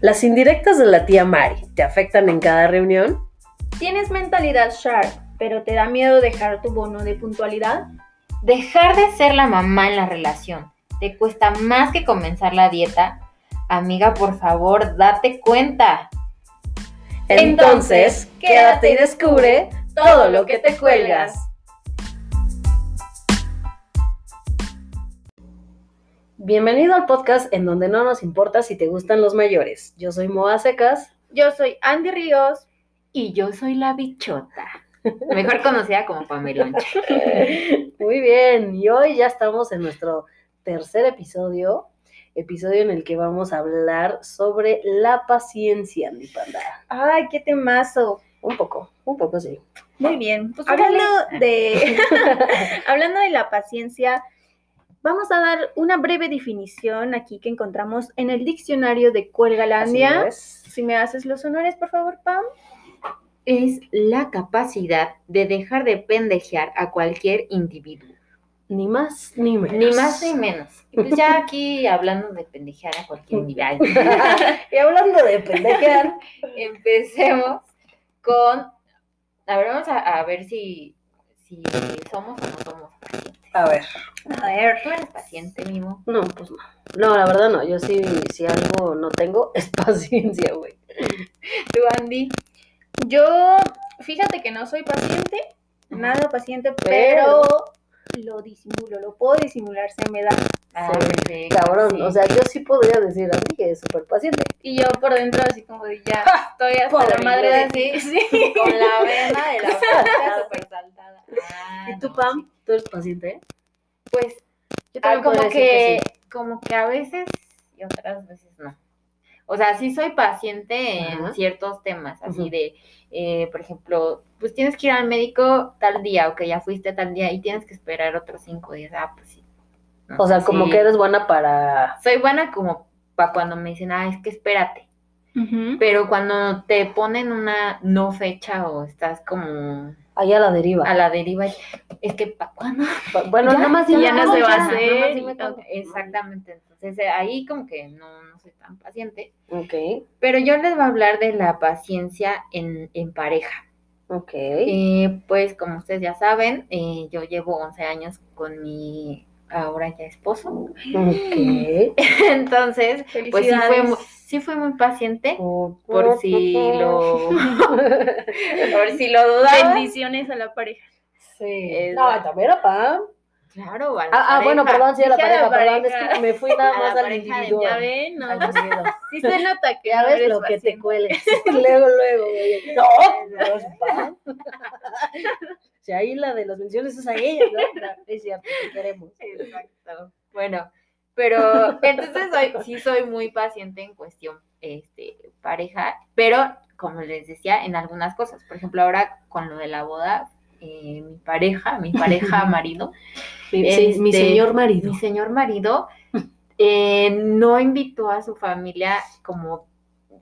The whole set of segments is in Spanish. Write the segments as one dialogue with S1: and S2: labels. S1: ¿Las indirectas de la tía Mari te afectan en cada reunión?
S2: ¿Tienes mentalidad sharp, pero te da miedo dejar tu bono de puntualidad?
S3: Dejar de ser la mamá en la relación. Te cuesta más que comenzar la dieta. Amiga, por favor, date cuenta.
S1: Entonces, quédate y descubre todo lo que te cuelgas. Bienvenido al podcast en donde no nos importa si te gustan los mayores. Yo soy Moa Secas.
S2: Yo soy Andy Ríos.
S3: Y yo soy la bichota. Mejor conocida como Pameloncha.
S1: Muy bien, y hoy ya estamos en nuestro tercer episodio, episodio en el que vamos a hablar sobre la paciencia, mi panda.
S2: Ay, qué temazo.
S1: Un poco, un poco sí.
S2: Muy bien. Pues hablando de, hablando de la paciencia, vamos a dar una breve definición aquí que encontramos en el diccionario de
S1: Así
S2: Cuelgalandia.
S1: es.
S2: Si me haces los honores, por favor, Pam.
S3: Es la capacidad de dejar de pendejear a cualquier individuo.
S1: Ni más ni menos.
S3: Ni más ni menos. Y pues ya aquí hablando de pendejear a cualquier individuo.
S1: y hablando de pendejear,
S3: Empecemos con. A ver, vamos a, a ver si, si somos o no somos pacientes.
S1: a ver.
S2: A ver.
S3: ¿Tú eres paciente, Mimo?
S1: No, pues no. No, la verdad no. Yo sí, si algo no tengo, es paciencia, güey.
S3: ¿Tú, Andy?
S2: Yo, fíjate que no soy paciente, nada paciente, pero lo disimulo, lo puedo disimular, se me da.
S3: Ah,
S1: Sí,
S3: perfecto,
S1: Cabrón,
S3: sí.
S1: o sea, yo sí podría decir a mí que es súper paciente.
S2: Y yo por dentro así como de ya, estoy hasta la
S3: Podrido
S2: madre
S3: de
S2: de ti. Sí.
S3: Con la vena de la boca súper saltada. Ah,
S1: ¿Y tú,
S3: no, sí.
S1: Pam? ¿Tú eres paciente?
S3: Pues
S1: Yo
S3: ah, como que,
S1: podría decir
S3: como que a veces y otras veces no. O sea, sí soy paciente
S1: Ajá.
S3: en ciertos temas, así
S1: Ujú.
S3: de, eh, por ejemplo, pues tienes que ir al médico tal día, o que ya fuiste tal día y tienes que esperar otros cinco días. Ah, pues sí. No,
S1: O sea, como
S3: sí.
S1: que eres buena para...
S3: Soy buena como para cuando me dicen, ah, es que espérate.
S2: Ujú.
S3: Pero cuando te ponen una no fecha o estás como
S1: Allá a la deriva.
S3: a la deriva, es que ¿para cuándo?
S1: Pa- Bueno,
S3: Ya,
S1: nada más
S2: ya no se va
S1: Nada
S2: a
S1: más
S2: hacer
S1: dime
S2: y-
S1: cuándo.
S3: Exactamente, entonces eh, ahí como que no, no soy tan paciente.
S1: Ok,
S3: Pero yo les voy a hablar de la paciencia en, en pareja.
S1: ok.
S3: Eh, pues como ustedes ya saben, eh, yo llevo 11 años con mi ahora ya esposo.
S1: Ok.
S3: Entonces, pues sí fue, mu- sí fue muy paciente.
S1: Oh,
S3: Por si lo, por si lo dudaban.
S2: Bendiciones a la pareja.
S1: Sí.
S3: Es-
S1: No, también a Pam.
S3: Claro, a la
S1: Ah, ah, bueno,
S3: pareja.
S1: perdón, sí, a la
S2: Dije a
S1: pareja,
S2: la
S1: perdón,
S2: pareja.
S1: es que me fui nada
S3: A la
S1: más al
S3: pareja de
S1: individuo.
S2: Ya ven, no.
S1: Al individuo.
S2: Sí se nota que
S1: Ya
S2: no
S1: ves
S2: eres
S1: lo que te
S2: paciente.
S1: cueles. luego, luego, güey. No, no es Pam. Si ahí la de las menciones es a ella, ¿no? No, Es cierto, te queremos.
S3: Exacto. Bueno, pero entonces soy, sí soy muy paciente en cuestión este, pareja, pero como les decía, en algunas cosas. Por ejemplo, ahora con lo de la boda, eh, mi pareja, mi pareja marido,
S1: Mi,
S3: sí, mi señor
S1: marido.
S3: mi señor marido, eh, no invitó a su familia como,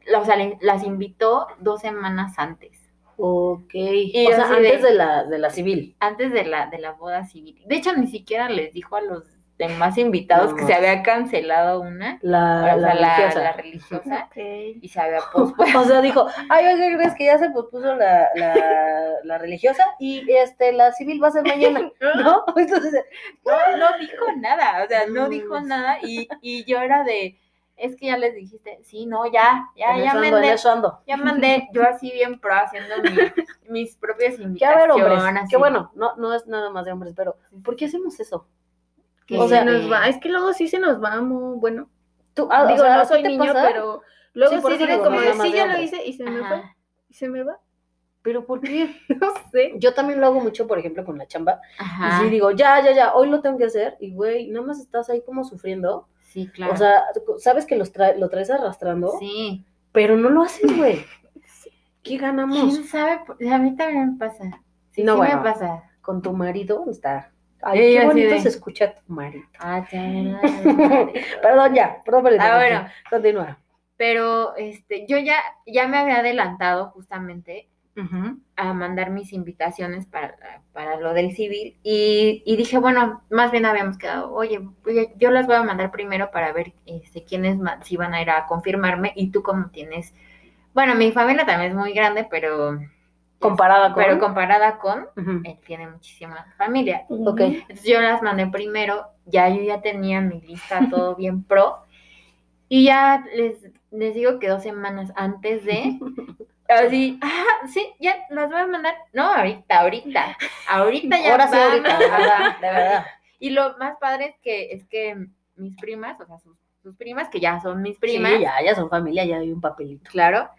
S3: la- o sea, le- las invitó dos semanas antes.
S1: Ok.
S3: Y
S1: o sea,
S3: así de-
S1: antes de la, de la civil.
S3: antes de la, de la boda civil. De hecho, ni siquiera les dijo a los demás invitados que
S1: No.
S3: se había cancelado una, o
S1: La,
S3: sea,
S1: la
S3: la,
S1: religiosa.
S3: la religiosa,
S2: Ok.
S3: y se había pospuesto.
S1: O sea, dijo, ay, oiga, ¿crees que ya se pospuso la, la, la religiosa? Y este, la civil va a ser mañana, ¿no? Entonces,
S3: No, no dijo nada, o sea, no dijo
S1: Mm.
S3: nada, y, y yo era de, es que ya les dijiste, sí, no, ya, ya,
S1: en eso
S3: ya
S1: ando, en
S3: mandé,
S1: eso ando.
S3: ya mandé, yo así bien pro haciendo mi- mis propias
S1: Que a ver,
S3: invitaciones.
S1: hombres,
S3: así,
S1: que bueno, no, no es nada más de hombres, pero ¿por qué hacemos eso?
S3: que-
S1: O sea,
S2: se nos va. Es que luego sí se nos va, mo. Bueno,
S1: Tú, ah, o
S2: digo,
S1: sea, ¿a
S2: no
S1: ti
S2: soy
S1: te
S2: niño,
S1: pasa?
S2: pero luego
S1: Sí, por
S2: sí,
S1: eso
S2: digo
S1: digo,
S2: como
S1: no
S2: de,
S1: nada más
S2: sí,
S1: de
S2: ya lo
S1: hombres".
S2: hice y se me fue.
S3: Ajá,
S2: ¿Y se me va?
S1: ¿Pero por qué?
S2: No sé.
S1: Yo también lo hago mucho, por ejemplo, con la chamba.
S3: ajá,
S1: Y sí digo, ya, ya, ya, hoy lo tengo que hacer. Y, güey, nada más estás ahí como sufriendo.
S3: sí, claro.
S1: O sea, sabes que los tra- lo traes arrastrando,
S3: sí.
S1: pero no lo haces, güey. ¿Qué ganamos?
S3: ¿Quién sabe? A mí también me pasa. Sí,
S1: No,
S3: sí
S1: bueno.
S3: me pasa.
S1: Con tu marido está. Ay,
S3: Ella
S1: qué
S3: así
S1: bonito
S3: de-
S1: se escucha tu marido.
S3: Ah, ya, ¿verdad?
S1: Perdón, ya, perdón por el
S3: Ah,
S1: interrumpir.
S3: bueno,
S1: Continúa.
S3: pero este, yo ya, ya me había adelantado justamente
S1: Ujú.
S3: a mandar mis invitaciones para, para lo del civil y, y dije, bueno, más bien habíamos quedado, oye, oye, yo las voy a mandar primero para ver este, quiénes ma- si van a ir a confirmarme y tú como tienes, bueno, mi familia también es muy grande, pero,
S1: Comparada con.
S3: pero comparada con,
S1: Ujú.
S3: él tiene muchísima familia.
S1: Ok.
S3: Entonces yo las mandé primero, ya yo ya tenía mi lista todo bien pro y ya les, les digo que dos semanas antes de... Así, ah, sí, ya las voy a mandar. No, ahorita, ahorita. Ahorita ya
S1: Ahora sí,
S3: van.
S1: ahorita, de verdad, de verdad.
S3: Y lo más padre es que, es que mis primas, o sea, sus, sus primas, que ya son mis primas,
S1: Sí, ya, ya son familia, ya hay un papelito.
S3: claro,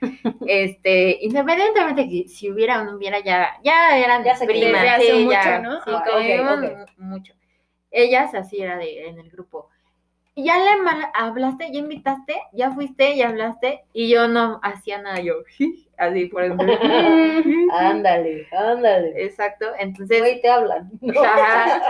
S3: este, independientemente de que si hubiera o no hubiera, ya, ya eran
S1: Ya
S3: mis
S1: se
S3: primas.
S2: querían. Desde hace
S3: sí, ya,
S2: mucho, ¿no?
S3: sí,
S1: Ah,
S3: como
S1: ok,
S3: vivimos
S1: ok.
S3: mu- mucho. Ellas así era de, en el grupo. Y Ya le mal- hablaste, ya invitaste, ya fuiste, ya hablaste, y yo no hacía nada, yo, así por ejemplo.
S2: Mm.
S1: Ah, Ándale, ándale.
S3: Exacto, entonces,
S1: Güey, te hablan. ¿no?
S3: ajá.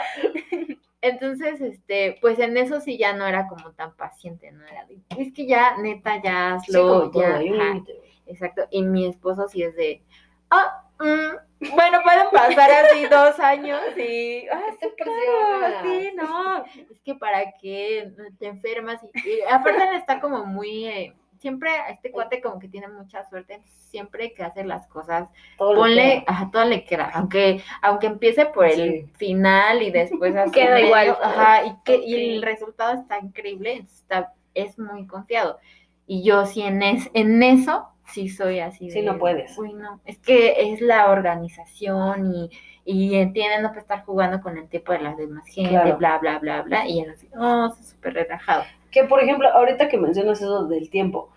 S3: entonces, este, pues en eso sí ya no era como tan paciente, no era de, es que ya, neta, ya
S1: Sí,
S3: hazlo,
S1: como todo,
S3: ya,
S1: hay un
S3: ajá".
S1: límite.
S3: exacto, y mi esposo sí es de, ah, mm, bueno, pueden pasar así dos años y, ah,
S1: Te
S3: sí, claro,
S1: presionas.
S3: sí, no, es que para qué, te enfermas, y, y aparte él está como muy... eh, Siempre este cuate como que tiene mucha suerte, entonces siempre que hace las cosas
S1: Todo lo
S3: ponle,
S1: que-
S3: ajá, todo le queda, aunque, aunque empiece por el
S1: Sí.
S3: final y después así
S2: Queda
S3: medio,
S2: igual.
S3: ajá, y que y el
S2: Ok.
S3: resultado está increíble, entonces está, es muy confiado. Y yo sí en es, en eso sí soy así.
S1: Sí,
S3: de,
S1: no puedes.
S3: Uy, no. Es que es la organización y, y entienden no puede estar jugando con el tiempo de las demás gente,
S1: Claro.
S3: bla, bla, bla, bla. Y él así, oh, sí, súper relajado.
S1: Que por ejemplo, ahorita que mencionas eso del tiempo,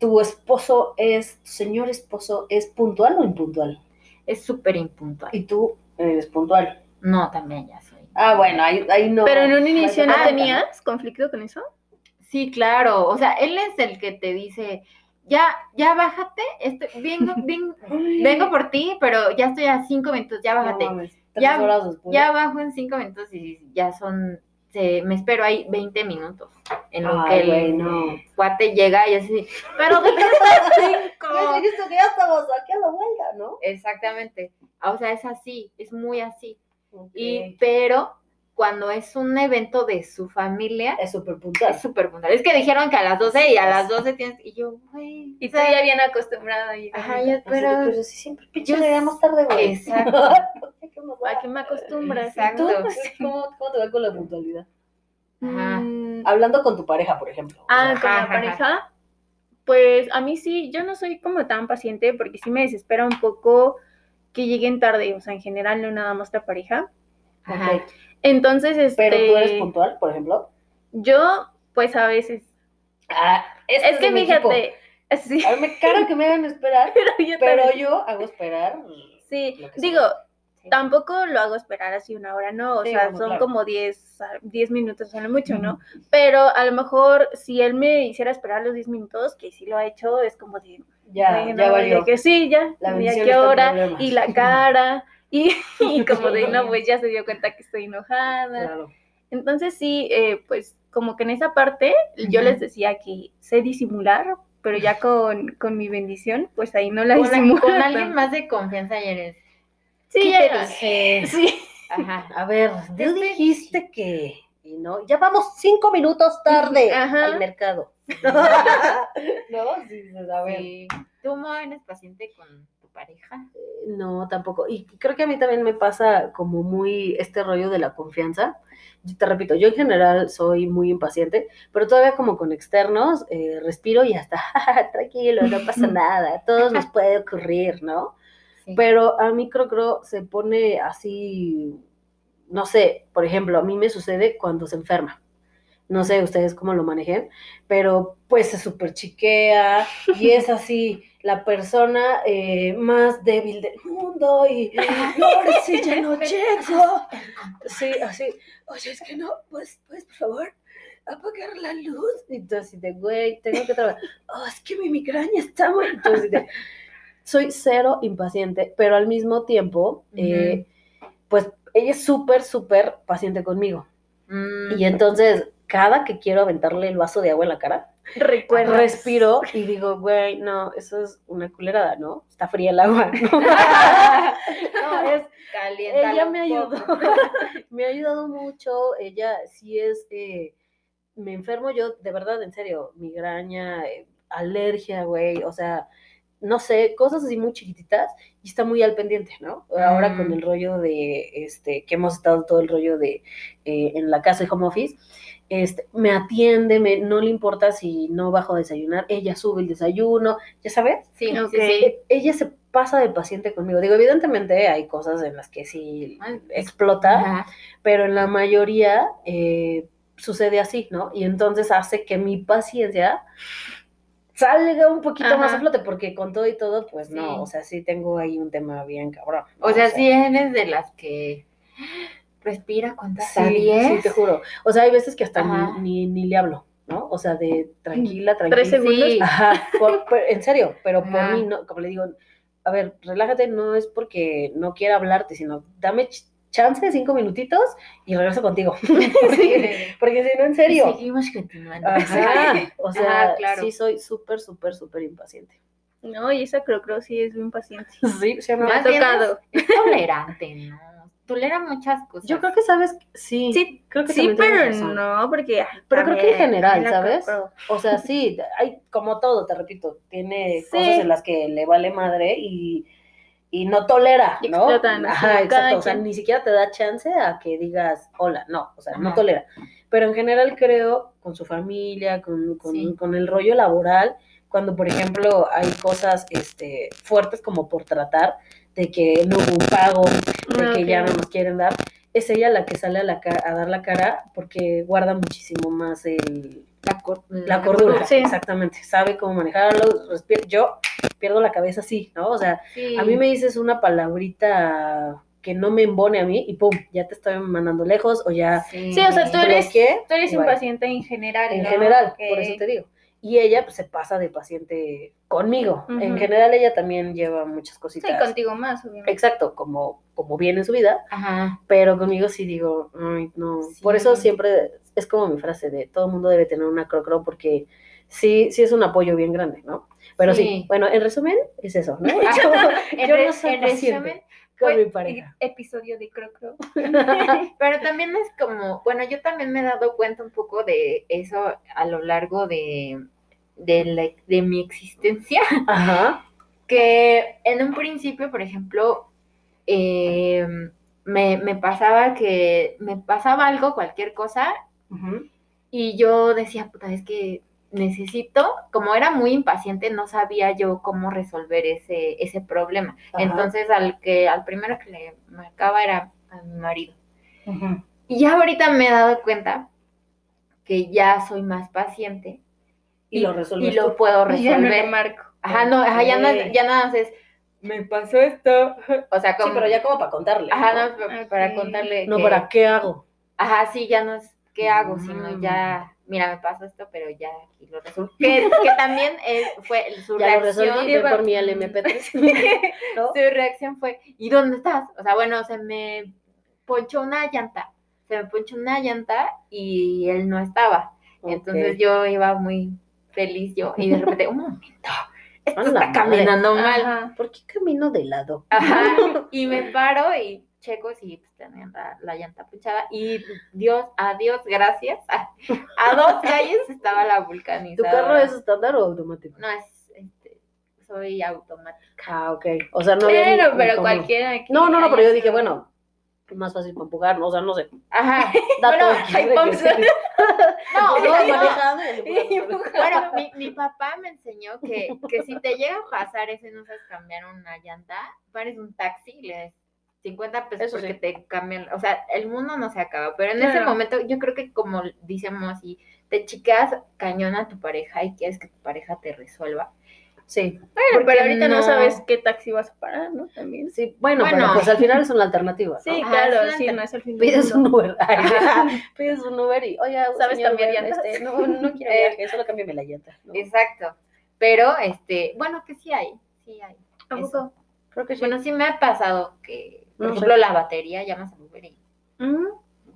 S1: ¿tu esposo es, tu señor esposo, es puntual o impuntual?
S3: Es súper impuntual.
S1: Y tú eres puntual.
S3: No, también ya soy.
S1: Ah, bueno, ahí, ahí no.
S2: Pero en un inicio no
S1: Ah,
S2: tenías conflicto con eso.
S3: Sí, claro. O sea, él es el que te dice, ya, ya bájate, estoy, vengo, ven-
S1: Ay,
S3: vengo por ti, pero ya estoy a cinco minutos, ya
S1: no
S3: bájate.
S1: mames, tres
S3: Ya-
S1: horas después.
S3: ya bajo en cinco minutos y ya son, se- me espero ahí 20 minutos. En lo
S1: Ay,
S3: que
S1: güey,
S3: el
S1: no.
S3: cuate llega y así, pero ¿de qué
S1: Yo he
S3: estás cinco?
S1: visto que ya estamos Pues, aquí a la vuelta, ¿no?
S3: Exactamente. ah, O sea, es así, es muy así. Y,
S1: Ok.
S3: pero cuando es un evento de su familia,
S1: es súper puntual.
S3: es súper puntual. Es que dijeron que a las 12 y a las 12 tienes. Y yo, güey.
S2: Y
S3: o
S2: tú
S3: sea,
S2: ya bien acostumbrado. Y
S3: Ajá,
S1: Así
S3: yo,
S1: de,
S3: pero.
S2: pues,
S1: pero si siempre pinche
S3: yo-
S1: llegamos tarde, güey. ¿Qué
S3: Exacto.
S1: más da?
S2: ¿Para qué me acostumbras?
S3: Exacto.
S1: ¿Tú? ¿Cómo, ¿Cómo te va con la puntualidad?
S3: Ajá.
S2: Mm,
S1: Hablando con tu pareja, por ejemplo.
S2: Ah,
S3: Ajá,
S2: con la
S3: ajá.
S2: pareja. Pues a mí sí, yo no soy como tan paciente porque sí me desespera un poco que lleguen tarde, o sea, en general no nada más la pareja.
S3: Ajá.
S1: Ok.
S2: Entonces, este,
S1: Pero tú eres puntual, por ejemplo.
S2: yo pues a veces.
S1: Ah, este de
S2: Es que
S1: mi equipo.
S2: fíjate, sí,
S1: A mí me caga que me hagan esperar,
S2: pero yo
S1: pero
S2: también-
S1: yo hago esperar.
S2: sí,
S1: lo que
S2: digo,
S1: Sí.
S2: tampoco lo hago esperar así una hora, no, o
S1: Sí,
S2: sea,
S1: bueno,
S2: son
S1: claro.
S2: como 10 a- 10 minutos, son mucho, ¿no? Pero a lo mejor si él me hiciera esperar los 10 minutos, que sí lo ha hecho, es como de,
S1: Ya,
S2: Bueno,
S1: ya
S2: de
S1: valió.
S2: que sí, ya.
S1: La
S2: ¿Y a
S1: bendición
S2: qué
S1: está en
S2: hora?
S1: problemas.
S2: Y la cara. Y, y como de, no, pues ya se dio cuenta que estoy enojada.
S1: Claro.
S2: Entonces sí, eh, pues como que en esa parte yo
S3: Ujú.
S2: les decía que sé disimular, pero ya con, con mi bendición, pues ahí no la
S3: Con, la-
S2: disimulo.
S3: con alguien más de confianza ya eres.
S2: Sí,
S1: ¿Qué te
S2: ya.
S1: dije?
S2: Sí.
S3: Ajá.
S1: A ver,
S3: Yo
S1: tú
S3: te
S1: dijiste que. Y no, ya vamos cinco minutos tarde
S2: Ajá.
S1: al mercado. no, sí, sí, a ver.
S3: Sí. ¿Tú Mo, eres paciente con tu pareja?
S1: No, tampoco. Y creo que a mí también me pasa como muy este rollo de la confianza. Yo te repito, yo en general soy muy impaciente, pero todavía como con externos eh, respiro y hasta, "Ja, ja, ja, tranquilo, no pasa nada, a todos nos puede ocurrir, ¿no?
S3: Sí.
S1: Pero a mí creo creo se pone así, no sé, por ejemplo, a mí me sucede cuando se enferma. No sé ustedes cómo lo manejen, pero pues se super chiquea y es así la persona eh, más débil del mundo y no, ahora sí ya no llego. Sí, así, oye, es que no, pues, pues, por favor, apagar la luz. Y tú así de, güey, tengo que trabajar. Oh, es que mi migraña está muy... Y tú así de, soy cero impaciente, pero al mismo tiempo, eh, pues ella es súper, súper paciente conmigo.
S3: Mm,
S1: Y entonces, cada que quiero aventarle el vaso de agua en la cara,
S2: Recuerdo.
S1: respiro y digo, güey, no, eso es una culerada, ¿no? Está fría el agua. ¿no?
S3: no,
S1: es-
S3: calienta.
S1: ella me ayudó, me ha ayudado mucho, ella sí es, eh, me enfermo yo, de verdad, en serio, migraña, eh, alergia, güey, o sea, no sé, cosas así muy chiquititas y está muy al pendiente, ¿no? Ahora
S3: Mm.
S1: con el rollo de, este, que hemos estado todo el rollo de, eh, en la casa de home office, este, me atiende, me, no le importa si no bajo a desayunar, ella sube el desayuno, ya sabes,
S3: Sí,
S2: Ok.
S3: sí, sí.
S1: e- ella se pasa de paciente conmigo. Digo, evidentemente hay cosas en las que sí
S3: Ay,
S1: explota,
S3: Ajá.
S1: pero en la mayoría eh, sucede así, ¿no? Y entonces hace que mi paciencia salga un poquito
S2: Ajá.
S1: más a flote, porque con todo y todo, pues
S3: Sí.
S1: no, o sea, sí tengo ahí un tema bien cabrón. ¿no?
S3: O sea, sí eres de las que respira cuántas
S1: Sí, sí, te juro. O sea, hay veces que hasta
S3: Ajá.
S1: ni, ni, ni le hablo, ¿no? O sea, de tranquila, tranquila.
S2: Tres segundos.
S3: Sí.
S1: Ajá, por- por- en serio, pero por
S3: Ajá.
S1: mí, no, como le digo, a ver, relájate, no es porque no quiera hablarte, sino dame ch- chance, cinco minutitos, y regreso contigo. porque, porque si no, en
S3: Y
S1: serio.
S3: Seguimos continuando.
S1: Ajá, o sea,
S3: Ajá, claro.
S1: sí soy súper, súper, súper impaciente.
S2: No, y esa crocro sí es bien paciente.
S1: Sí, sí, no.
S2: Me ha
S3: Más bien
S2: tocado.
S3: Es, es tolerante, ¿no? Tolera muchas cosas.
S1: Yo creo que sabes, que- sí,
S2: Sí,
S1: creo que
S2: sí,
S1: también tienes razón.
S2: pero no, porque. ay,
S1: Pero creo que en
S2: también,
S1: general,
S2: la
S1: ¿sabes?
S2: crocro.
S1: O sea, sí, hay como todo, te repito, tiene
S2: Sí.
S1: cosas en las que le vale madre y, y no tolera,
S2: Y
S1: ¿no?
S2: explotan,
S1: Ajá,
S2: ajá, cada
S1: exacto. O sea,
S2: quien.
S1: ni siquiera te da chance a que digas hola, no, o sea, no
S3: Ajá.
S1: tolera. Pero en general creo, con su familia, con, con-
S3: Sí.
S1: con el rollo laboral, cuando por ejemplo hay cosas este, fuertes como por tratar, de que no hubo un pago, de
S2: Ah,
S1: que
S2: ok.
S1: ya no nos quieren dar, es ella la que sale a, la ca- a dar la cara porque guarda muchísimo más el,
S3: la, cor-
S1: la cordura,
S2: Sí.
S1: exactamente. Sabe cómo manejarlo. respira- Yo pierdo la cabeza así, ¿no? O sea,
S3: Sí.
S1: a mí me dices una palabrita que no me embone a mí y pum, ya te estoy mandando lejos o ya
S2: Sí, o sea, tú
S1: me
S2: eres-
S1: bloqueé,
S2: Tú eres
S1: y bye.
S2: impaciente en general.
S1: En
S2: ¿no?
S1: general,
S2: Ah, Ok.
S1: por eso te digo. Y ella pues, se pasa de paciente conmigo. En
S2: Ujú.
S1: general ella también lleva muchas
S2: Sí,
S1: cositas.
S2: contigo más, obviamente.
S1: Exacto, como, como viene en su vida,
S3: Ajá.
S1: pero conmigo sí digo, ay, no.
S3: Sí.
S1: Por eso siempre es como mi frase de todo el mundo debe tener una crocro porque sí, sí es un apoyo bien grande, ¿no? Pero sí,
S3: Sí.
S1: bueno, en resumen es eso, ¿no?
S3: Ah,
S1: Yo,
S3: en
S1: yo
S3: re-
S1: no soy
S3: en
S1: paciente
S3: resumen,
S1: con
S3: pues,
S1: mi pareja.
S2: Episodio de crocro.
S3: Pero también es como, bueno, yo también me he dado cuenta un poco de eso a lo largo de, de, la- de mi existencia,
S1: Ajá.
S3: que en un principio, por ejemplo, eh, me, me pasaba que me pasaba algo, cualquier cosa,
S1: ujú,
S3: y yo decía, puta, es que necesito, como era muy impaciente, no sabía yo cómo resolver ese, ese problema.
S1: Ajá.
S3: Entonces, al que, al primero que le marcaba era a mi marido.
S1: ujú.
S3: Y ya ahorita me he dado cuenta que ya soy más paciente
S1: Y, lo resolví.
S3: y lo puedo
S2: Ya no le
S3: resolver.
S2: marco.
S3: Ajá, no, ajá, ya, no,
S1: Ok.
S3: ya nada más es, me pasó esto. O sea,
S1: Sí,
S3: como...
S1: pero ya como para contarle.
S3: Ajá,
S1: no,
S3: no, pa- para
S2: Ok.
S3: contarle.
S1: No,
S3: que-
S1: ¿para qué hago?
S3: Ajá, sí, ya no es qué hago, sino
S1: Mm.
S3: ya, mira, me pasó esto, pero ya aquí lo resolví. Que, que también eh, fue su
S1: Ya lo
S3: reacción.
S1: resolví, ve por mi LMP3. ¿no?
S3: Su reacción fue, ¿y dónde estás? O sea, bueno, se me ponchó una llanta. Se me ponchó una llanta y él no estaba. Entonces
S1: Ok.
S3: yo iba muy feliz yo. Y de repente, un momento, esto
S1: A la
S3: está
S1: madre.
S3: caminando mal.
S2: Ajá.
S1: ¿Por qué camino de lado?
S3: Ajá, Y me paro y checo si pues, tenía la, la llanta ponchada. Y Dios, adiós, gracias. A, a dos calles estaba la
S1: ¿Tu
S3: vulcanizadora.
S1: carro es estándar o automático?
S3: No, es, este, soy automática.
S1: Ah, ok. O sea, no había ni-
S2: Claro,
S1: ni
S2: pero
S1: cómo.
S2: cualquiera. que
S1: No, no, no,
S2: haya
S1: pero yo
S2: sido-
S1: dije, bueno, más fácil para empujar, ¿no? O sea, no sé.
S3: Ajá.
S1: Dato
S3: Bueno,
S1: X de
S2: ay,
S1: que
S2: vamos.
S1: sí.
S3: No,
S1: Yo
S3: no, no.
S1: manejando y empujando.
S3: Bueno, mi, mi papá me enseñó que, que si te llega a pasar eso y no sabes cambiar una llanta, pares un taxi y le des 50 pesos
S1: Eso
S3: porque
S1: sí.
S3: te cambian. O sea, el mundo no se acaba, pero en ese
S2: Claro.
S3: momento yo creo que como decimos así, te chicas cañón a tu pareja y quieres que tu pareja te resuelva.
S1: Sí,
S2: Bueno,
S3: porque
S2: pero ahorita no.
S3: no.
S2: sabes qué taxi vas a parar, ¿no? También.
S1: sí. Bueno,
S3: Bueno.
S1: pero pues al final es una alternativa.
S2: Sí,
S3: Ajá,
S2: claro,
S3: es una
S2: sí,
S3: alter-
S2: no es el fin del
S1: Pides
S2: mundo.
S1: un Uber. Ay,
S3: Ajá.
S1: pides un Uber y, oye,
S2: ¿Sabes
S1: señor
S2: cambiar
S1: Uber,
S2: llantas?
S1: este, no, no quiero
S3: Eh.
S1: viaje, solo cámbiame la llanta. ¿no?
S3: Exacto. Pero, este, bueno, que sí hay, sí hay.
S2: ¿A
S3: Eso.
S2: poco?
S1: Creo que sí.
S3: Bueno, sí me ha pasado que, por
S1: No sé.
S3: ejemplo, la batería llamas a Uber y-
S2: Mm,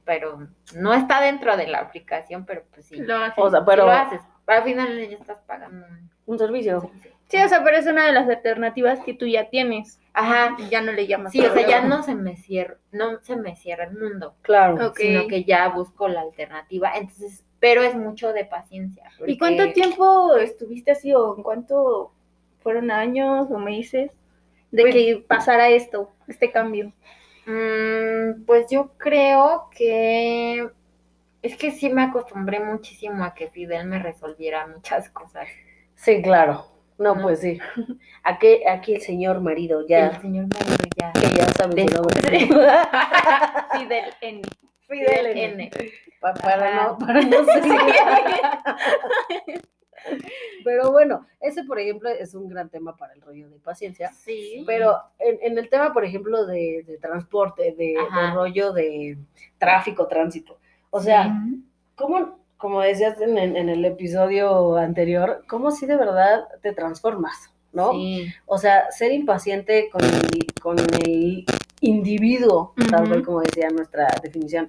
S3: pero no está dentro de la aplicación, pero pues sí.
S2: Lo haces.
S1: O sea,
S3: Ah, pero,
S1: pero,
S3: Para final del año estás pagando. un-
S1: Un servicio.
S2: Sí, o sea, pero es una de las alternativas que tú ya tienes.
S3: Ajá.
S2: Ya no le llamas.
S3: Sí, o sea, ya
S2: correo.
S3: no se me cierra, no se me cierra el mundo,
S1: Claro.
S2: Ok.
S3: sino que ya busco la alternativa. Entonces, pero es mucho de paciencia.
S2: ¿Y cuánto
S3: porque-
S2: tiempo estuviste así o en cuánto fueron años o meses de
S3: Pues-
S2: que pasara esto, este cambio?
S3: Mm, pues yo creo que es que sí me acostumbré muchísimo a que Fidel me resolviera muchas cosas.
S1: Sí, claro. No,
S3: Ajá.
S1: pues sí. Aquí, aquí el señor marido
S3: El
S1: ya,
S3: señor me dijo ya.
S1: que ya sabe su nombre.
S2: Fidel N.
S3: Fidel
S1: N.
S3: N.
S1: Pa- para,
S3: Ajá.
S1: no, para no ser- Pero bueno, ese por ejemplo es un gran tema para el rollo de paciencia.
S3: Sí.
S1: Pero en, en el tema, por ejemplo, de, de transporte, de,
S3: Ajá.
S1: de rollo de tráfico, tránsito. O sea, ¿cómo, como decías en, en- en el episodio anterior, cómo si de verdad te transformas, ¿no?
S3: Sí.
S1: O sea, ser impaciente con el, con el individuo, tal
S2: Ujú.
S1: cual como decía nuestra definición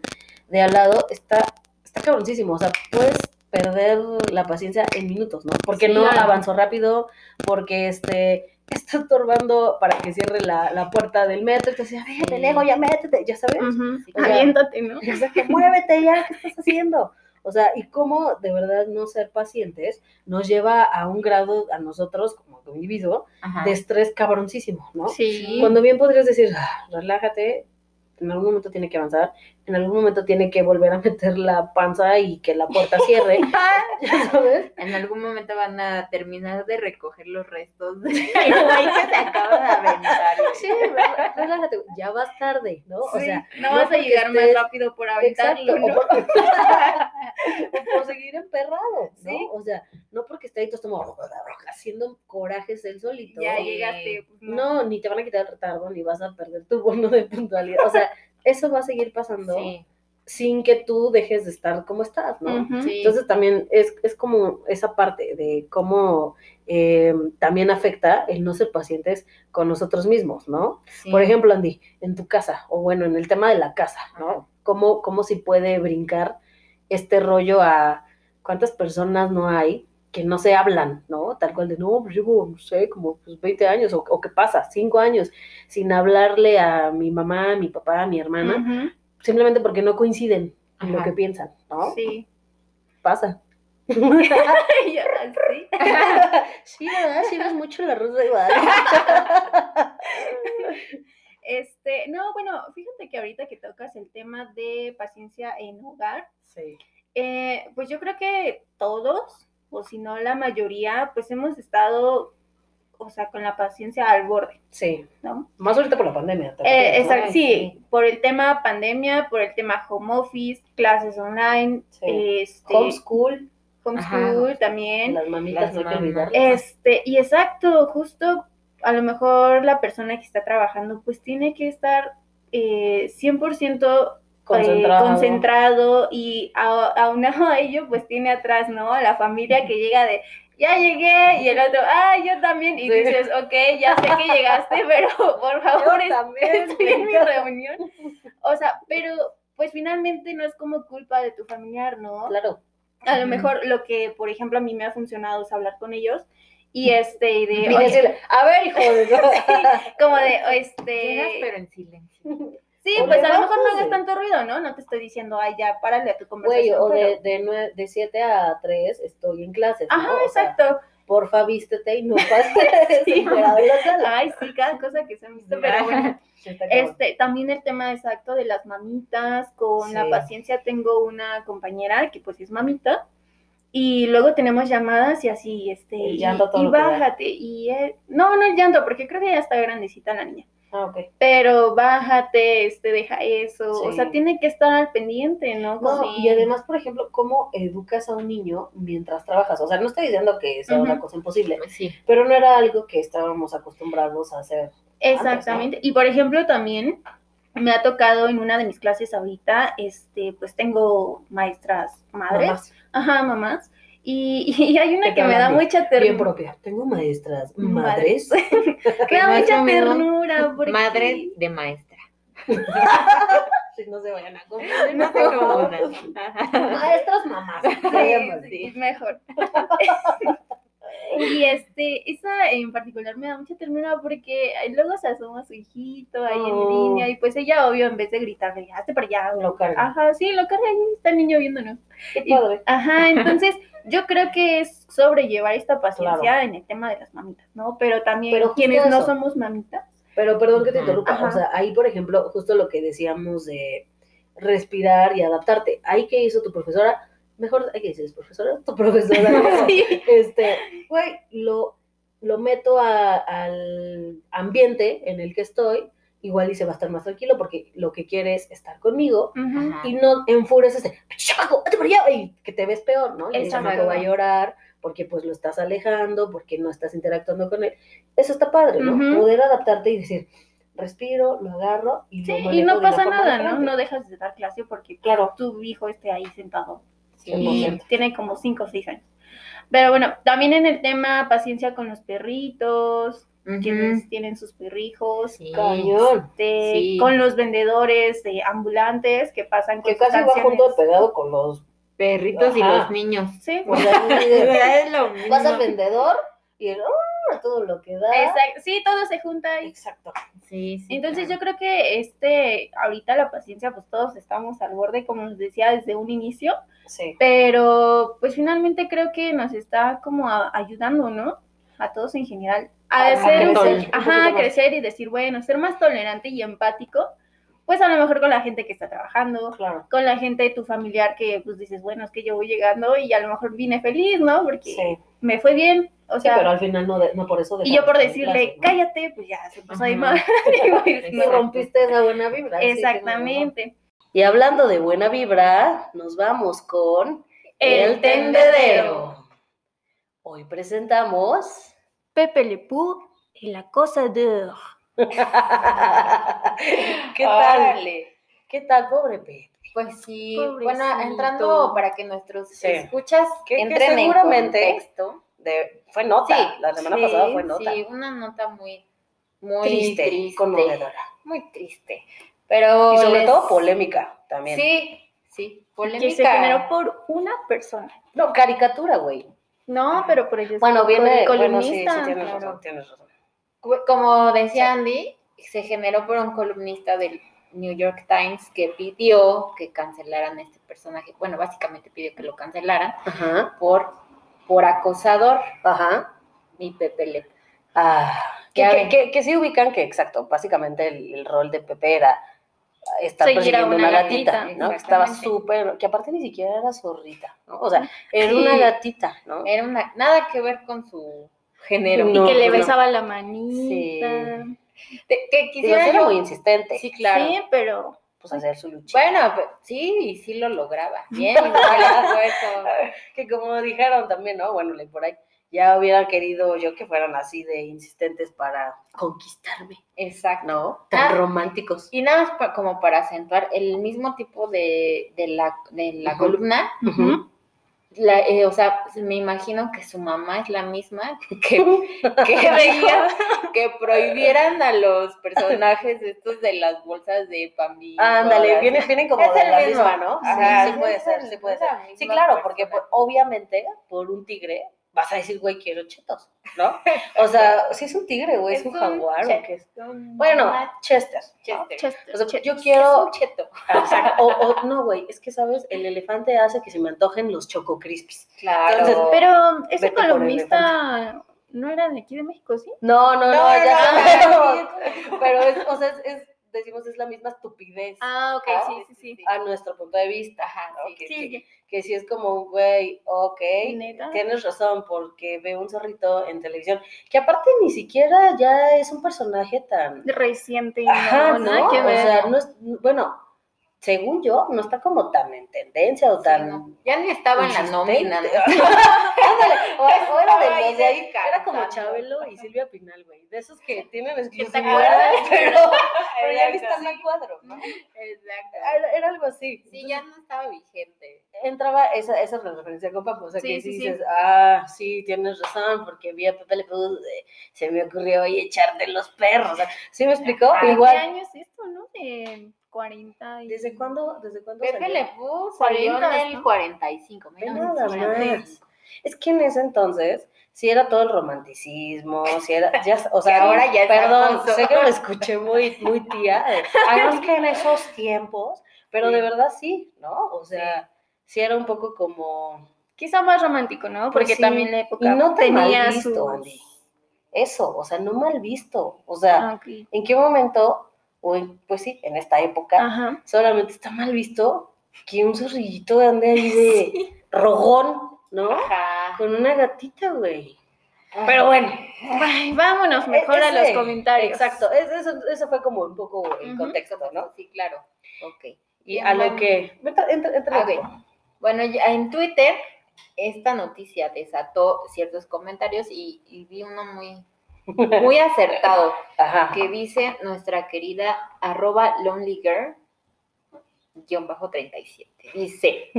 S1: de al lado, está, está cabroncísimo. O sea, puedes perder la paciencia en minutos, ¿no? Porque
S3: Sí,
S1: no
S3: claro.
S1: avanzó rápido, porque este está estorbando para que cierre la, la puerta del metro, entonces, a ver, te lego, ya métete, ya sabes.
S2: Ujú,
S1: Ya.
S2: Aviéntate, ¿no?
S1: O sea, que muévete ya, ¿qué estás haciendo? O sea, y cómo de verdad no ser pacientes nos lleva a un grado a nosotros como individuo
S3: Ajá.
S1: de estrés cabroncísimo, ¿no?
S2: Sí.
S1: Cuando bien podrías decir, "Ah, relájate, en algún momento tiene que avanzar, en algún momento tiene que volver a meter la panza y que la puerta cierre, ya sabes.
S3: En algún momento van a terminar de recoger los restos del güey que se acaba de aventar. güey.
S1: Sí, re- relájate, güey, ya vas tarde, ¿no? O
S3: Sí,
S1: sea,
S2: No vas a
S1: porque
S2: llegar más
S1: estés-
S2: rápido por
S1: Exacto,
S2: aventarlo,
S1: o
S2: ¿no?
S1: por, o por seguir emperrado, ¿no?
S2: Sí.
S1: O sea, no porque esté ahí todo como haciendo corajes él solito.
S2: Ya
S3: Sí.
S2: llegaste. pues,
S1: No, ni te van a quitar el retardo, ni vas a perder tu bono de puntualidad. O sea, eso va a seguir pasando
S3: Sí.
S1: sin que tú dejes de estar como estás, ¿no?
S2: Ujú.
S3: Sí.
S1: Entonces también es, es como esa parte de cómo eh, también afecta el no ser pacientes con nosotros mismos, ¿no?
S3: Sí.
S1: Por ejemplo, Andy, en tu casa, o bueno, en el tema de la casa,
S3: Ajá.
S1: ¿no? ¿Cómo, cómo si puede brincar este rollo a cuántas personas no hay que no se hablan, ¿no? Tal cual de, no, pues llevo, no sé, como pues, 20 años, o, o qué pasa, 5 años, sin hablarle a mi mamá, a mi papá, a mi hermana,
S2: Ujú.
S1: simplemente porque no coinciden en lo
S3: Ajá.
S1: que piensan, ¿no?
S2: Sí.
S1: Pasa.
S2: Ya, sí.
S1: sí, ¿verdad? Sí ves mucho la Rosa de Guadalupe.
S2: Este, no, bueno, fíjate que ahorita que tocas el tema de paciencia en hogar,
S1: Sí.
S2: eh, pues yo creo que todos, o si no la mayoría, pues hemos estado, o sea, con la paciencia al borde,
S1: Sí.
S2: ¿no?
S1: Más ahorita por la pandemia. ¿te
S2: Eh,
S1: refieres, no?
S2: exact-
S3: Ay,
S2: sí,
S3: sí.
S2: por el tema pandemia, por el tema home office, clases online,
S1: Sí.
S2: este,
S1: Homeschool.
S2: homeschool también.
S1: Las mamitas
S3: Las
S1: no hay que
S3: mamás.
S1: olvidar.
S2: Este, y exacto, justo a lo mejor la persona que está trabajando, pues tiene que estar eh, 100%
S1: Concentrado.
S2: eh, concentrado y a- aunado a ello, pues tiene atrás, ¿no? A la familia que llega de, ya llegué, y el otro, ah, yo también, y
S1: Sí.
S2: dices, ok, ya sé que llegaste, pero por favor,
S1: Yo también,
S2: estoy en
S1: me
S2: mi
S1: encanta.
S2: reunión. O sea, pero pues finalmente no es como culpa de tu familiar, ¿no?
S1: Claro.
S2: A lo
S3: Ujú.
S2: mejor lo que, por ejemplo, a mí me ha funcionado es hablar con ellos y este, y de,
S1: Y
S2: oye,
S1: decirle, a ver, hijo de...
S2: como de, este,
S3: Llegas, pero en silencio.
S2: sí,
S1: o
S2: pues
S1: de
S2: a lo mejor no
S1: bajos,
S2: hagas
S1: güey.
S2: tanto ruido, ¿no? No te estoy diciendo, ay, ya, párale a tu
S1: Güey,
S2: conversación.
S1: o
S2: pero-
S1: de, de, nue- de 7 a 3 estoy en clases. ¿no?
S2: Ajá,
S1: O sea,
S2: exacto.
S1: porfa, vístete y no pases
S2: Sí.
S1: encuerado en la sala.
S2: Ay, sí, cada cosa que se me hizo, pero bueno.
S1: Está cabrón.
S2: Este, también el tema exacto de las mamitas, con la
S1: Sí.
S2: paciencia tengo una compañera que pues es mamita, y luego tenemos llamadas y así, este,
S1: El
S2: y,
S1: llanto todo
S2: y
S1: lo que da.
S2: bájate, y eh, no, no el llanto, porque creo que ya está grandecita la niña,
S1: Ah, ok.
S2: pero bájate, este, deja eso, o
S1: Sí.
S2: sea, tiene que estar al pendiente, ¿no?
S1: No,
S2: Como-
S1: y además, por ejemplo, ¿cómo educas a un niño mientras trabajas? O sea, no estoy diciendo que sea una
S2: Ujú.
S1: cosa imposible,
S3: Pues Sí.
S1: pero no era algo que estábamos acostumbrados a hacer.
S2: Exactamente. Y por ejemplo, también me ha tocado en una de mis clases ahorita, este, pues tengo maestras madres,
S1: Mamás,
S2: ajá, mamás, y, y hay una
S1: Que
S2: que me da
S1: hablan bien,
S2: mucha
S1: bien
S2: ternura,
S1: propia. Tengo maestras,
S2: Madres.
S1: madres.
S2: me da
S3: Más o
S2: mucha
S3: menos,
S2: ternura, porque
S3: Madre de maestra.
S1: si no se vayan a comer.
S3: No se confundan.
S1: Maestras mamás.
S2: Sí, sí, mejor. Y este, esa en particular me da mucha ternura porque luego se asoma su hijito ahí
S1: Oh.
S2: en línea y pues ella, obvio, en vez de gritarle, hazte para allá. o-
S1: Lo cargan.
S2: Ajá, sí, lo carga y está el niño viéndonos.
S1: Qué padre.
S2: Ajá, entonces yo creo que es sobrellevar esta paciencia
S1: Claro.
S2: en el tema de las mamitas, ¿no? Pero también
S1: Pero justo
S2: quienes no
S1: eso.
S2: somos mamitas.
S1: Pero perdón que te
S3: Ujú.
S1: interrumpa.
S2: Ajá.
S1: O sea, ahí, por ejemplo, justo lo que decíamos de respirar y adaptarte. Ahí que hizo tu profesora, mejor hay que decir, profesora, tu profesora.
S2: Sí.
S1: este, güey, lo, lo meto a- al ambiente en el que estoy, igual y se va a estar más tranquilo porque lo que quiere es estar conmigo
S2: Ujú.
S1: y no enfureces de, chamaco, vete para allá", y que te ves peor, ¿no? Y el
S2: Exacto.
S1: chamaco va a llorar porque pues lo estás alejando, porque no estás interactuando con él. Eso está padre, ¿no?
S2: Ujú.
S1: Poder adaptarte y decir, respiro, lo agarro y
S2: Sí,
S1: lo
S2: y
S1: manejo
S2: no
S1: de la
S2: pasa
S1: forma
S2: nada, ¿no?
S1: diferente.
S2: No dejas de dar clase porque
S1: Claro.
S2: tu hijo esté ahí sentado. Y
S1: 100%.
S2: tiene como 5 o 6 años. Pero bueno, también en el tema paciencia con los perritos, quienes tienen sus perrijos,
S3: Sí.
S1: Cañón.
S2: este,
S3: Sí.
S2: con los vendedores de ambulantes que pasan con
S1: Que casi va
S2: sustancias.
S1: junto de pegado con los... pues,
S3: Perritos y
S1: Ajá.
S3: los niños.
S2: Sí.
S1: o sea, yo digo,
S3: Es lo mismo.
S1: vas al vendedor y el, "Ah", todo lo que da.
S2: Exacto. Sí, todo se junta ahí.
S1: Exacto.
S3: Sí, sí.
S2: Entonces yo
S3: claro.
S2: creo que este, ahorita la paciencia, pues todos estamos al borde, como les decía desde un inicio,
S1: Sí.
S2: pero pues finalmente creo que nos está como a- ayudando, ¿no? A todos en general, a,
S1: A
S2: hacer un-
S1: crecer, un
S2: ajá,
S1: poquito más.
S2: crecer y decir, bueno, ser más tolerante y empático, pues a lo mejor con la gente que está trabajando,
S1: Claro.
S2: con la gente de tu familiar que pues dices, bueno, es que yo voy llegando y a lo mejor vine feliz, ¿no? Porque
S1: Sí.
S2: me fue bien, o
S1: Sí,
S2: sea,
S1: pero al final no, de- no por eso.
S2: y yo por
S1: dejaste de
S2: decirle,
S1: clase, ¿no?
S2: cállate, pues ya se pasó de
S3: Ujú.
S2: madre. y,
S1: Y
S2: pues, no.
S3: Exacto.
S1: rompiste esa buena vibra. así que no, no.
S2: Exactamente.
S1: Y hablando de buena vibra, nos vamos con
S2: El
S3: tendedero.
S1: Hoy presentamos.
S2: Pepe Le Pou, el acosador.
S1: ¿Qué tal?
S3: Órale.
S1: ¿Qué tal, pobre Pepe?
S3: Pues sí,
S2: Pobrecito.
S3: bueno, entrando para que nuestros
S1: Sí.
S3: escuchas
S1: Que- que
S3: entren
S1: seguramente-
S3: en contexto.
S1: De- fue nota.
S3: Sí,
S1: la semana
S2: sí,
S1: pasada fue nota.
S3: Sí, una nota muy, muy
S1: triste,
S3: triste,
S1: conmovedora.
S3: muy triste. Pero
S1: Y sobre
S3: les-
S1: todo polémica también.
S3: Sí, sí, polémica.
S2: Que se generó por una persona.
S1: No, caricatura, güey.
S2: No, pero por ello. es
S1: Bueno,
S2: por
S1: viene.
S2: el
S1: Bueno, sí, sí,
S2: columnista.
S1: tienes
S3: claro.
S1: razón, tienes razón.
S3: Cu- Como decía Andy, se generó por un columnista del New York Times que pidió que cancelaran este personaje. Bueno, básicamente pidió que lo cancelaran
S1: Ajá,
S3: por, por acosador
S1: ajá.
S3: y Pepe Le Pew.
S1: Ah, que,
S3: Ya
S1: que,
S3: ven.
S1: que- que sí ubican que, exacto, básicamente el, el rol de Pepe era ah, estar
S2: Seguir a
S1: persiguiendo
S2: una
S1: una gatita,
S2: gatita,
S1: ¿no? Que estaba
S3: exactamente.
S1: súper, que aparte ni siquiera era zorrita, ¿no? O sea, era
S3: Sí.
S1: una gatita, ¿no?
S3: Era una, nada que ver con su género.
S1: No,
S2: y que le
S1: no.
S2: besaba la manita. Sí,
S3: Te- que
S1: Digo, sí
S3: quisiera
S1: era
S3: yo-
S1: muy insistente,
S3: Sí, claro.
S2: pero.
S1: pues hacer su luchita.
S3: Bueno, pero- sí, y sí lo lograba. Bien, por supuesto.
S1: que como dijeron también, ¿no? Bueno, leí por ahí, ya hubiera querido yo que fueran así de insistentes para conquistarme,
S3: Exacto.
S1: ¿no? Tan
S3: Ah.
S1: románticos.
S3: Y nada más pa- como para acentuar el mismo tipo de, de la, de la
S1: Ujú.
S3: columna.
S1: Ujú.
S3: la- eh, o sea, me imagino que su mamá es la misma que, que veía que prohibieran a los personajes estos de las bolsas de familia.
S1: Ándale, vienen, vienen como
S3: Es
S1: de
S3: el
S1: la
S3: mismo.
S1: misma, ¿no?
S3: Ajá,
S1: sí, sí
S3: sí,
S1: puede
S3: es
S1: ser,
S3: el-
S1: sí puede
S3: es la
S1: ser.
S3: misma
S1: Sí, claro, porque
S3: persona.
S1: pues, obviamente por un tigre vas a decir, güey, quiero chetos, ¿no? O sea, si es un tigre, güey, es,
S3: Es
S1: un
S3: un ah,
S1: jaguar o
S3: cheto.
S1: qué es. Bueno, Chester. ¿no? O sea, yo quiero...
S3: Quiero cheto.
S1: Exacto. O, o- no, güey, es que, ¿sabes? El elefante hace que se me antojen los choco crispies.
S3: Claro.
S1: Entonces,
S2: Pero ese
S1: Vete por el
S2: columnista no era de aquí de México, ¿sí?
S1: No, no, no,
S3: No, no,
S1: ya
S3: no,
S1: sabemos. Pero, es, o sea, es, es- decimos, es la misma estupidez
S2: Ah, ok,
S1: Ah,
S2: sí, sí, sí.
S1: a nuestro punto de vista.
S3: Ajá,
S1: ¿no?
S3: sí,
S1: Que-
S2: Sí,
S1: que- que si es como, un güey, ok,
S3: Ah.
S2: ¿Neta?
S1: tienes razón, porque veo un zorrito en televisión, que aparte ni siquiera ya es un personaje tan...
S2: reciente. y
S1: Ajá,
S2: no,
S1: ¿no?
S2: nada que
S1: o
S2: ver.
S1: sea, no es, bueno, según yo, no está como tan en tendencia o
S3: Sí,
S1: tan...
S3: no. Ya ni estaba en la
S1: insistente.
S3: nómina. ¿no?
S1: Ándale, o, o era de
S3: Estaba ahí
S1: los de ahí,
S3: descansando.
S1: era como Chabelo y Silvia Pinal, güey, de esos que tienen exclusividad,
S3: acuerdas?
S1: pero, pero ya ni
S3: Exacto.
S1: están al cuadro, ¿no?
S3: Exacto.
S1: Era, era algo así.
S3: Sí, ya no estaba vigente.
S1: entraba esa, esa es la referencia con Papu, o sea
S2: Sí,
S1: que
S2: sí,
S1: sí,
S2: sí.
S1: dices, ah, sí, tienes razón, porque vi a Pepe Le Pew, eh, se me ocurrió ahí echarte los perros, o sea, ¿sí me explicó?
S2: ¿De
S1: Igual,
S2: ¿Qué año es esto, no? De- 40 y...
S1: ¿Desde cuándo? ¿Desde cuándo
S3: Creo que
S1: salió?
S3: le puso
S2: 40,
S3: salió en el
S2: ¿no?
S3: 45,
S1: Ve
S3: mira,
S1: nada
S3: sí,
S1: más. Es que en ese entonces, si era todo el romanticismo, si era, ya, o sea, ahora ya,
S3: es
S1: perdón,
S3: acoso.
S1: sé que lo escuché muy, muy tía, eh, además que en esos tiempos, pero
S3: Sí.
S1: de verdad sí, ¿no? O sea, sí era un poco como,
S2: Quizá más romántico, ¿no? Porque
S1: Pues sí,
S2: también la
S1: y
S2: época
S1: no tan
S2: tenía
S1: mal visto,
S2: sus-
S1: Andy. eso, o sea, no mal visto, o sea,
S2: Ah, ok.
S1: ¿en qué momento, o en- pues sí, en esta época,
S2: Ajá.
S1: solamente está mal visto que un zorrillito ande ahí de rogón, ¿no?
S3: Ajá.
S1: Con una gatita, güey.
S3: Pero bueno,
S2: Ay, vámonos mejor
S1: E-
S2: a los
S1: ese,
S2: comentarios.
S1: Exacto, es- eso, eso fue como un poco el
S2: Ujú.
S1: contexto, ¿no?
S3: sí, claro. Ok. ah,
S1: Y a lo que... Entra, entra, entra-
S3: Ok. Bueno, ya en Twitter esta noticia desató ciertos comentarios y, y vi uno muy, muy acertado
S1: Ajá.
S3: que dice nuestra querida arroba lonely girl guión bajo 37. Dice,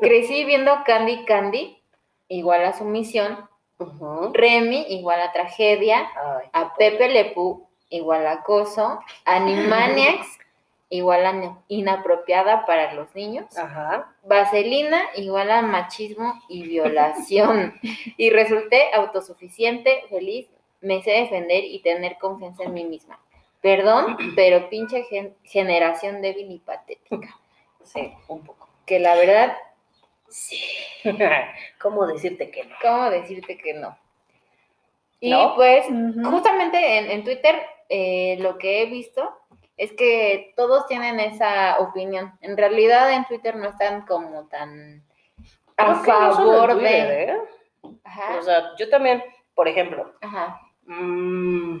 S3: crecí viendo Candy Candy igual a sumisión,
S1: Ujú.
S3: Remy igual a tragedia,
S1: Ay,
S3: a Pepe Lepú igual a acoso, Animaniacs igual a ne- inapropiada para los niños.
S1: Ajá.
S3: Vaselina igual a machismo y violación. y resulté autosuficiente, feliz, me sé defender y tener confianza en mí misma. Perdón, pero pinche gen- generación débil y patética.
S1: Sí, un poco.
S3: Que la verdad,
S1: ¿Cómo decirte que no?
S3: ¿cómo decirte que no? Y
S1: ¿No?
S3: pues,
S2: Ujú.
S3: justamente en, en Twitter, eh, lo que he visto es que todos tienen esa opinión. En realidad, en Twitter no están como tan a
S1: Creo Ah, que no solo en
S3: favor
S1: Twitter,
S3: de.
S1: ¿eh?
S3: Ajá,
S1: O sea, yo también, por ejemplo,
S3: ajá.
S1: Mm,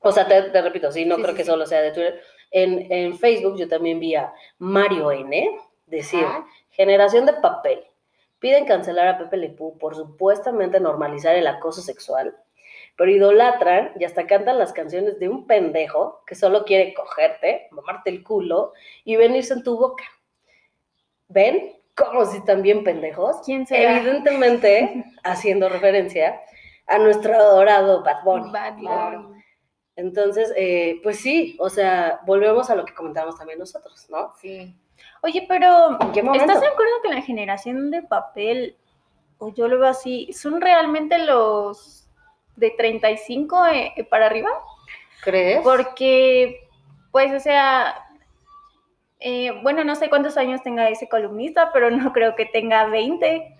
S1: o sea, te, te repito, sí, no
S3: Sí,
S1: creo
S3: sí,
S1: que
S3: sí.
S1: solo sea de Twitter. En, en Facebook yo también vi a Mario N. decir,
S3: Ajá.
S1: generación de papel. Piden cancelar a Pepe Lepú por supuestamente normalizar el acoso sexual, pero idolatran y hasta cantan las canciones de un pendejo que solo quiere cogerte, mamarte el culo y venirse en tu boca. ¿Ven? Como si están bien pendejos.
S2: ¿Quién será?
S1: Evidentemente, haciendo referencia a nuestro adorado Bad Bunny.
S2: Bad
S3: claro.
S2: Bunny.
S1: Entonces, eh, pues sí, o sea, volvemos a lo que comentábamos también nosotros, ¿no?
S3: Sí.
S2: Oye, pero
S1: ¿En qué momento?
S2: ¿estás de acuerdo que la generación de papel, o yo lo veo así, son realmente los de 35 e- e para arriba?
S1: ¿Crees?
S2: Porque, pues, o sea, eh, bueno, no sé cuántos años tenga ese columnista, pero no creo que tenga 20.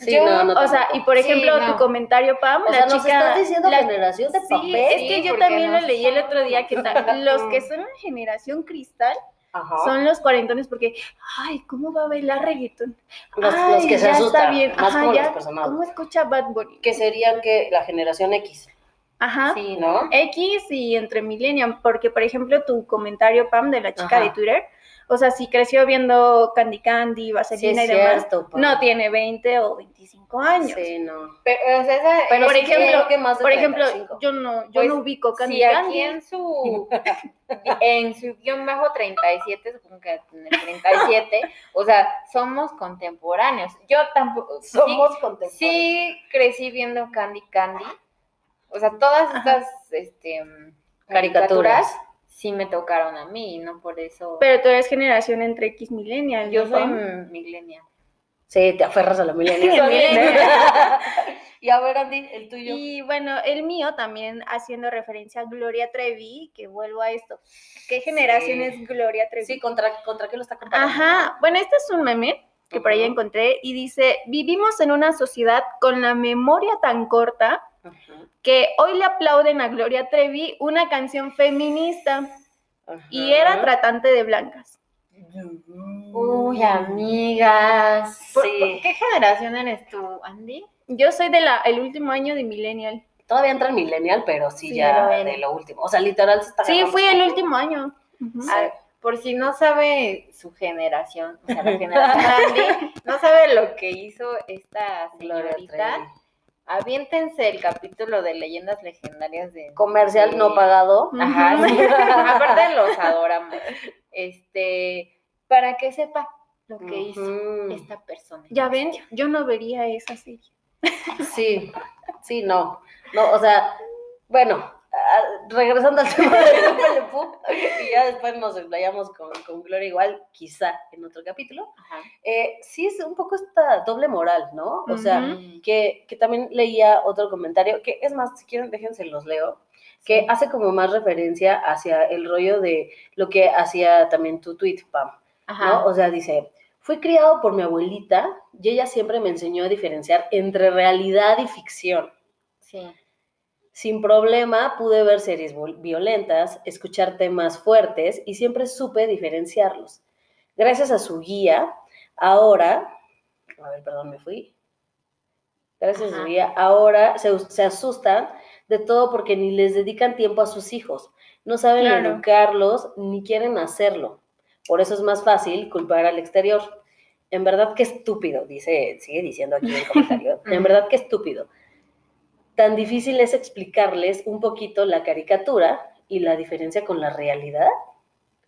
S1: sí,
S3: yo-
S1: no, no.
S2: o sea,
S1: tampoco.
S2: y por
S3: Sí,
S2: ejemplo,
S3: no.
S2: tu comentario, Pam,
S1: O
S2: la
S1: sea,
S2: chica...
S1: nos estás diciendo
S2: la-
S1: generación de
S2: Sí,
S1: papel.
S2: es que yo
S3: porque
S2: también lo
S3: no
S2: leí el
S3: son.
S2: otro día que ta- los que son la generación cristal
S1: Ajá.
S2: son los cuarentones porque, ay, ¿cómo va a bailar reggaetón?
S1: los,
S2: ay,
S1: los que se
S2: ya está
S1: asustan,
S2: bien,
S1: más
S2: ajá,
S1: como
S2: ya,
S1: las personas.
S2: ¿Cómo escucha Bad Bunny?
S1: Que serían que la generación X,
S2: Ajá.
S3: Sí,
S1: ¿no?
S2: X y entre Millennium, porque por ejemplo tu comentario, Pam, de la chica
S1: Ajá.
S2: de Twitter, o sea, si creció viendo Candy Candy,
S1: Sí, es
S2: Vaselina y demás,
S1: cierto. pues.
S2: no tiene 20 o 25 años.
S1: Sí, no.
S3: Pero, o sea, esa-
S2: Pero
S3: por
S2: sí
S3: ejemplo,
S2: creo
S1: que más de
S2: Por ejemplo,
S1: 35.
S2: yo no, yo
S3: Pues,
S2: no ubico Candy
S3: si aquí
S2: Candy.
S3: en su, en su guión bajo 37, supongo que en el 37, o sea, somos contemporáneos. Yo tampoco, sí-
S1: Somos
S3: sí,
S1: contemporáneos.
S3: crecí viendo Candy Candy. O sea, todas estas este, mm,
S1: Caricaturas.
S3: sí me tocaron a mí y no por eso.
S2: Pero tú eres generación entre X Millennial.
S3: yo
S2: ¿no,
S3: soy
S2: Pam?
S3: millennial.
S1: Sí, te aferras a la milenial. y a ver, Andy, el tuyo.
S2: Y bueno, el mío también haciendo referencia a Gloria Trevi, que vuelvo a esto. ¿Qué generación
S1: Sí.
S2: es Gloria Trevi?
S1: Sí, ¿contra, contra qué lo está comparando?
S2: Ajá, bueno, este es un meme que por ahí
S1: Ujú.
S2: encontré y dice, vivimos en una sociedad con la memoria tan corta
S1: Ajá.
S2: que hoy le aplauden a Gloria Trevi una canción feminista
S1: Ajá.
S2: y era tratante de blancas.
S3: Uy, amigas. ¿Por-
S1: Sí.
S3: por ¿Qué generación eres tú, Andy?
S2: Yo soy del el último año de Millennial.
S1: Todavía entra en millennial, pero sí,
S3: Sí,
S1: ya
S3: lo ven.
S1: de lo último. O sea, literal se está
S2: Sí,
S1: agarrando
S2: fui
S1: su-
S2: el último año. Ujú.
S1: Ah,
S3: Ah, por si no sabe su generación, o sea, la generación Andy, no sabe lo que hizo esta
S1: Gloria Trevi.
S3: señorita, aviéntense el capítulo de leyendas legendarias de...
S1: Comercial
S3: de-
S1: no pagado.
S3: Ajá,
S2: Ujú.
S3: sí. aparte los adoramos. Este, para que sepa lo que hizo
S1: Ujú.
S3: esta persona.
S2: Ya ven, yo no vería esa serie.
S1: Sí, sí, no. No, o sea, bueno, ah, regresando al tema de Pepe Le Pew, y ya después nos explayamos con, con Gloria igual, quizá en otro capítulo, eh, sí es un poco esta doble moral, ¿no? O sea,
S3: Mm,
S1: que, que también leía otro comentario, que es más, si quieren, déjense los leo, que hace como más referencia hacia el rollo de lo que hacía también tu tweet, Pam, ¿no? O sea, dice, fui criado por mi abuelita y ella siempre me enseñó a diferenciar entre realidad y ficción.
S3: Sí.
S1: Sin problema pude ver series vol- violentas, escuchar temas fuertes y siempre supe diferenciarlos. Gracias a su guía, ahora, a ver, perdón, me fui. Gracias a su
S3: Ajá.
S1: guía, ahora se, us- se asustan de todo porque ni les dedican tiempo a sus hijos, no saben
S2: Claro.
S1: educarlos ni quieren hacerlo. Por eso es más fácil culpar al exterior. En verdad que estúpido, dice, sigue diciendo aquí en el comentario. en verdad que estúpido tan difícil es explicarles un poquito la caricatura y la diferencia con la realidad.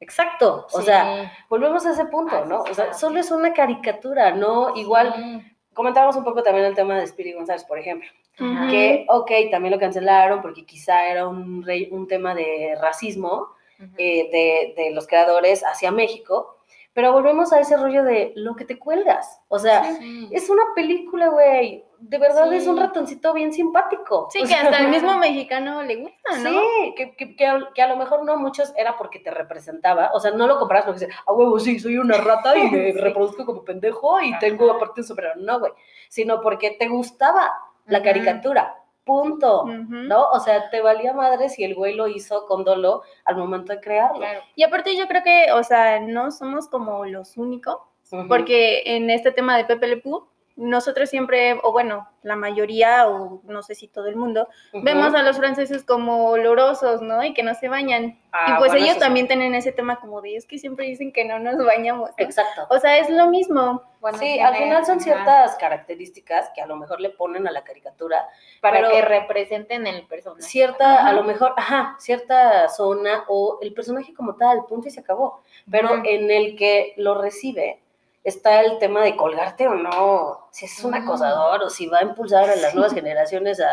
S1: Exacto. O
S3: Sí.
S1: sea, volvemos a ese punto,
S3: Ah,
S1: ¿no?
S3: sí,
S1: O sea,
S3: claro.
S1: solo es una caricatura, ¿no? Igual
S3: Sí.
S1: comentábamos un poco también el tema de Spirit González, por ejemplo,
S3: Ajá.
S1: que, ok, también lo cancelaron porque quizá era un, rey- un tema de racismo
S3: Ujú.
S1: eh, de, de los creadores hacia México, pero volvemos a ese rollo de lo que te cuelgas. O sea,
S3: Sí.
S1: es una película, güey. De verdad es un
S3: Sí.
S1: ratoncito bien simpático.
S2: Sí,
S1: O
S2: que
S1: sea,
S2: hasta el mismo mexicano le gusta, ¿no?
S1: Sí, que, que- que a- que a lo mejor no a muchos era porque te representaba, o sea, no lo comparas porque dices, a huevo, sí, soy una rata y me
S3: Sí.
S1: reproduzco como pendejo y tengo
S3: Ajá.
S1: aparte un sombrero, no, güey, sino porque te gustaba la
S3: Ujú.
S1: caricatura, punto,
S2: Ujú.
S1: ¿no? O sea, te valía madre si el güey lo hizo con dolo al momento de crearlo.
S3: Claro.
S2: Y aparte yo creo que, o sea, no somos como los únicos,
S1: Ujú.
S2: porque en este tema de Pepe Le Pew, nosotros siempre, o bueno, la mayoría, o no sé si todo el mundo,
S1: Ujú.
S2: vemos a los franceses como olorosos, ¿no? Y que no se bañan.
S1: Ah,
S2: y pues
S1: bueno,
S2: ellos
S1: eso sí.
S2: también tienen ese tema como de, es que siempre dicen que no nos bañamos. ¿no?".
S1: Exacto.
S2: O sea, es lo mismo.
S3: Bueno,
S1: sí,
S3: tiene-
S1: al final son
S3: ajá,
S1: ciertas características que a lo mejor le ponen a la caricatura
S3: Para
S1: pero-
S3: que representen el personaje.
S1: cierta,
S2: Ajá.
S1: a lo mejor, ajá, cierta zona o el personaje como tal, punto y se acabó. Pero eh,
S3: Ajá.
S1: en el que lo recibe está el tema de colgarte o no, si es un
S3: Ajá.
S1: acosador o si va a impulsar a las nuevas generaciones a,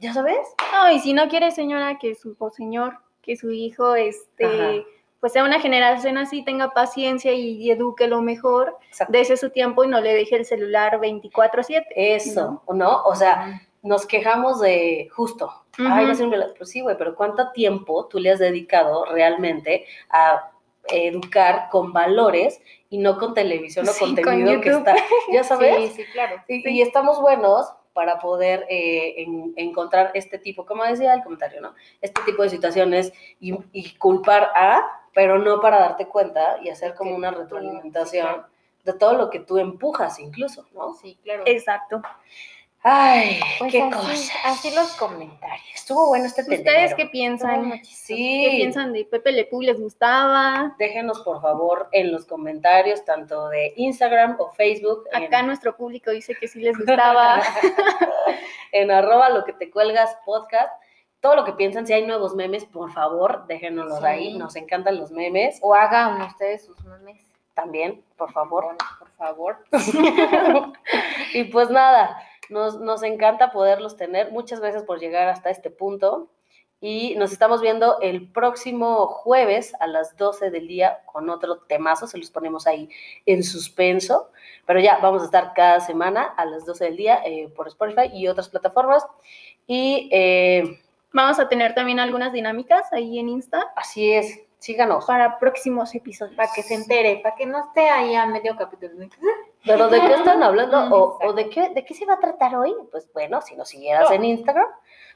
S1: ya sabes,
S2: No, y si no quiere señora que su o señor, que su hijo, este,
S1: Ajá.
S2: pues sea una generación así, tenga paciencia y, y eduque lo mejor,
S1: Exacto.
S2: dese su tiempo y no le deje el celular 24/7.
S1: eso, ¿o ¿no? O sea, nos quejamos de justo. Ay, va a ser un violador. Pues sí, güey, pero ¿cuánto tiempo tú le has dedicado realmente a educar con valores y no con televisión o
S2: Sí, con
S1: contenido que
S2: YouTube.
S1: está, ya sabes?
S3: Sí, sí, claro.
S1: Y, y estamos buenos para poder eh, en- encontrar este tipo, como decía el comentario, ¿no? Este tipo de situaciones y, y culpar a, pero no para darte cuenta y hacer como
S3: Que
S1: una
S3: tú-
S1: retroalimentación de todo lo que tú empujas incluso, ¿no?
S3: Sí, claro.
S2: Exacto.
S1: Ay,
S3: Pues
S1: qué
S3: así-
S1: cosas.
S3: Así los comentarios.
S1: Estuvo bueno este
S2: ¿Ustedes
S1: tendedero.
S2: qué
S3: Estuvo
S2: piensan?
S3: muchísimo.
S2: ¿Qué
S1: Sí,
S2: piensan de Pepe Le Pew? ¿Les gustaba?
S1: déjenos por favor en los comentarios, tanto de Instagram o Facebook,
S2: Acá
S1: en,
S2: nuestro público dice que sí les gustaba.
S1: en arroba lo que te cuelgas podcast. Todo lo que piensan, si hay nuevos memes, por favor, déjenos
S3: Sí.
S1: ahí. Nos encantan los memes.
S3: O hagan ustedes sus memes.
S1: También, por favor.
S3: Por favor.
S1: y pues nada, nos, nos encanta poderlos tener. Muchas gracias por llegar hasta este punto. Y nos estamos viendo el próximo jueves a las 12 del día con otro temazo. Se los ponemos ahí en suspenso. Pero ya vamos a estar cada semana a las 12 del día eh, por Spotify y otras plataformas. Y eh,
S2: Vamos a tener también algunas dinámicas ahí en Insta
S1: así es, síganos.
S2: para próximos episodios.
S3: Para que se entere, para que no esté ahí a medio capítulo.
S1: Pero ¿de qué están hablando? ¿O,
S3: Exacto.
S1: o de, qué, de qué se va a tratar hoy? Pues bueno, si nos siguieras
S3: Oh.
S1: en Instagram,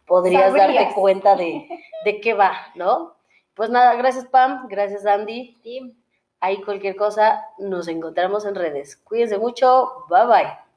S1: podrías darte
S3: Sabrías.
S1: cuenta de, de qué va, ¿no? Pues nada, gracias Pam, gracias Andy.
S3: Sí.
S1: Ahí cualquier cosa, nos encontramos en redes. Cuídense mucho, bye bye.